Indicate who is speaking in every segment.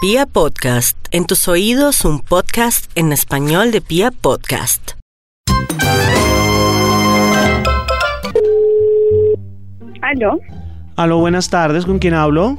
Speaker 1: Pia Podcast, en tus oídos un podcast en español de Pia Podcast.
Speaker 2: Aló,
Speaker 3: Aló, buenas tardes, ¿con quién hablo?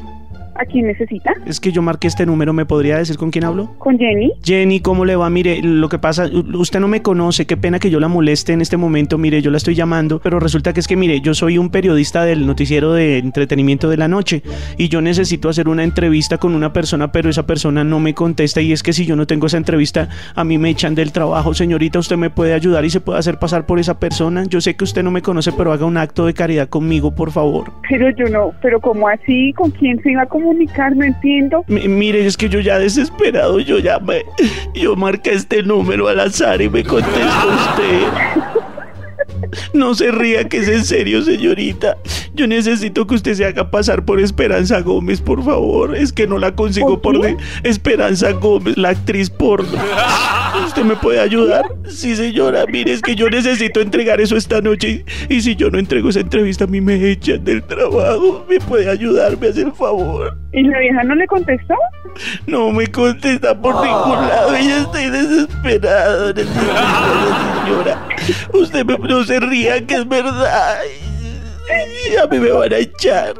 Speaker 2: ¿a quién necesita?
Speaker 3: Es que yo marqué este número, ¿me podría decir con quién hablo?
Speaker 2: ¿Con Jenny?
Speaker 3: Jenny, ¿cómo le va? Mire, lo que pasa, u- usted no me conoce, qué pena que yo la moleste en este momento, mire, yo la estoy llamando, pero resulta que es que, mire, yo soy un periodista del noticiero de entretenimiento de la noche y yo necesito hacer una entrevista con una persona, pero esa persona no me contesta y es que si yo no tengo esa entrevista, a mí me echan del trabajo. Señorita, ¿usted me puede ayudar y se puede hacer pasar por esa persona? Yo sé que usted no me conoce, pero haga un acto de caridad conmigo, por favor.
Speaker 2: Pero yo no, pero ¿cómo así? ¿Con quién se iba a comunicar? No entiendo.
Speaker 3: M- mire, es que yo ya desesperado, yo ya me- yo marqué este número al azar y me contestó usted. No se ría que es en serio, señorita. Yo necesito que usted se haga pasar por Esperanza Gómez, por favor. Es que no la consigo
Speaker 2: ¿Por
Speaker 3: por,
Speaker 2: quién?
Speaker 3: de- Esperanza Gómez, la actriz porno. ¿Usted me puede ayudar? Sí, señora. Mire, es que yo necesito entregar eso esta noche. Y, y si yo no entrego esa entrevista, a mí me echan del trabajo. ¿Me puede ayudar? ¿Me hace el favor?
Speaker 2: ¿Y la vieja no le contestó?
Speaker 3: No me contesta por ningún lado. Yo estoy desesperado. Necesito a la señora. Usted me- no se ría, que es verdad. Ay, A mí me van a echar.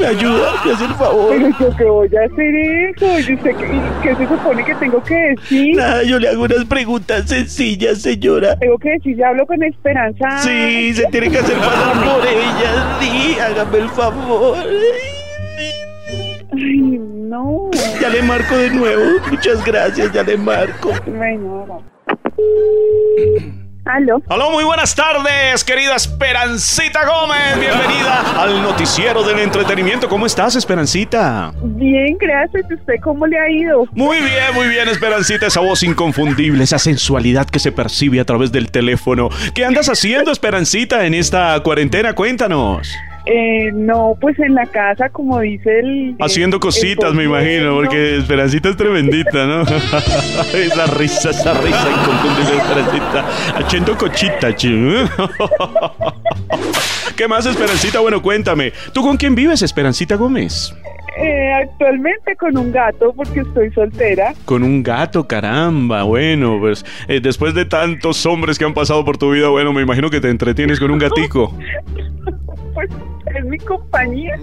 Speaker 3: ¿Me ayuda? ¿Me hace el
Speaker 2: Pero
Speaker 3: favor?
Speaker 2: yo qué voy a hacer eso. ¿Y usted qué, y qué se supone que tengo que decir?
Speaker 3: Nada, yo le hago unas preguntas sencillas, señora.
Speaker 2: Tengo que decir, ya hablo con Esperanza.
Speaker 3: Sí, se tiene que hacer pasar por ella. Sí, hágame el favor.
Speaker 2: Ay, no.
Speaker 3: Ya le marco de nuevo. Muchas gracias, ya le marco.
Speaker 2: Bueno, ahora. Aló,
Speaker 4: Aló, muy buenas tardes, querida Esperancita Gómez. Bienvenida al noticiero del entretenimiento. ¿Cómo estás, Esperancita?
Speaker 2: bien, gracias. ¿Y ¿Usted cómo le ha ido?
Speaker 4: Muy bien, muy bien, Esperancita. Esa voz inconfundible, esa sensualidad que se percibe a través del teléfono. ¿Qué andas haciendo, Esperancita, en esta cuarentena? Cuéntanos.
Speaker 2: Eh, no, pues en la casa, como dice el...
Speaker 4: Haciendo
Speaker 2: el-
Speaker 4: cositas, me
Speaker 2: el-
Speaker 4: imagino, porque Esperancita es tremendita, ¿no? esa risa, esa risa inconfundible, de Esperancita. Haciendo cochita, chi. ¿Qué más, Esperancita? Bueno, cuéntame. ¿Tú con quién vives, Esperancita Gómez?
Speaker 2: Eh, actualmente con un gato, porque estoy soltera.
Speaker 4: Con un gato, caramba. Bueno, pues eh, después de tantos hombres que han pasado por tu vida, bueno, me imagino que te entretienes con un gatico.
Speaker 2: Pues es mi compañía.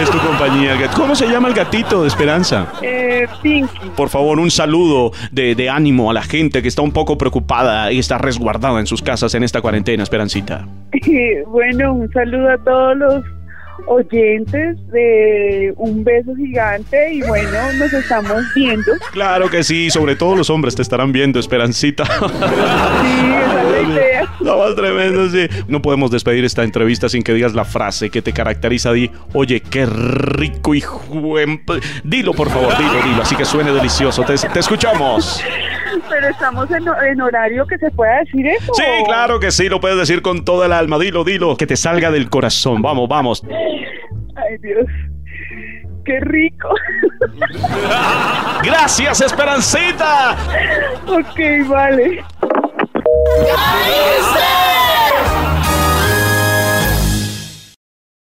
Speaker 4: Es tu compañía, el gato. ¿Cómo se llama el gatito de Esperanza?
Speaker 2: Eh, Pinky.
Speaker 4: Por favor, un saludo de, de ánimo a la gente que está un poco preocupada y está resguardada en sus casas en esta cuarentena, Esperancita.
Speaker 2: Bueno, un saludo a todos los oyentes de un beso gigante y bueno, nos estamos viendo.
Speaker 4: Claro que sí, sobre todo los hombres te estarán viendo, Esperancita.
Speaker 2: Sí, esa es la idea.
Speaker 4: Lo más tremendo, sí. No podemos despedir esta entrevista sin que digas la frase que te caracteriza. Di, oye, qué rico y juen... Dilo, por favor, dilo, dilo. Así que suene delicioso. Te, te escuchamos.
Speaker 2: Pero estamos en, en horario que se pueda decir eso.
Speaker 4: Sí, claro que sí. Lo puedes decir con toda el alma. Dilo, dilo. Que te salga del corazón. Vamos, vamos.
Speaker 2: Ay, Dios. Qué rico.
Speaker 4: Gracias, Esperancita.
Speaker 2: ok, vale.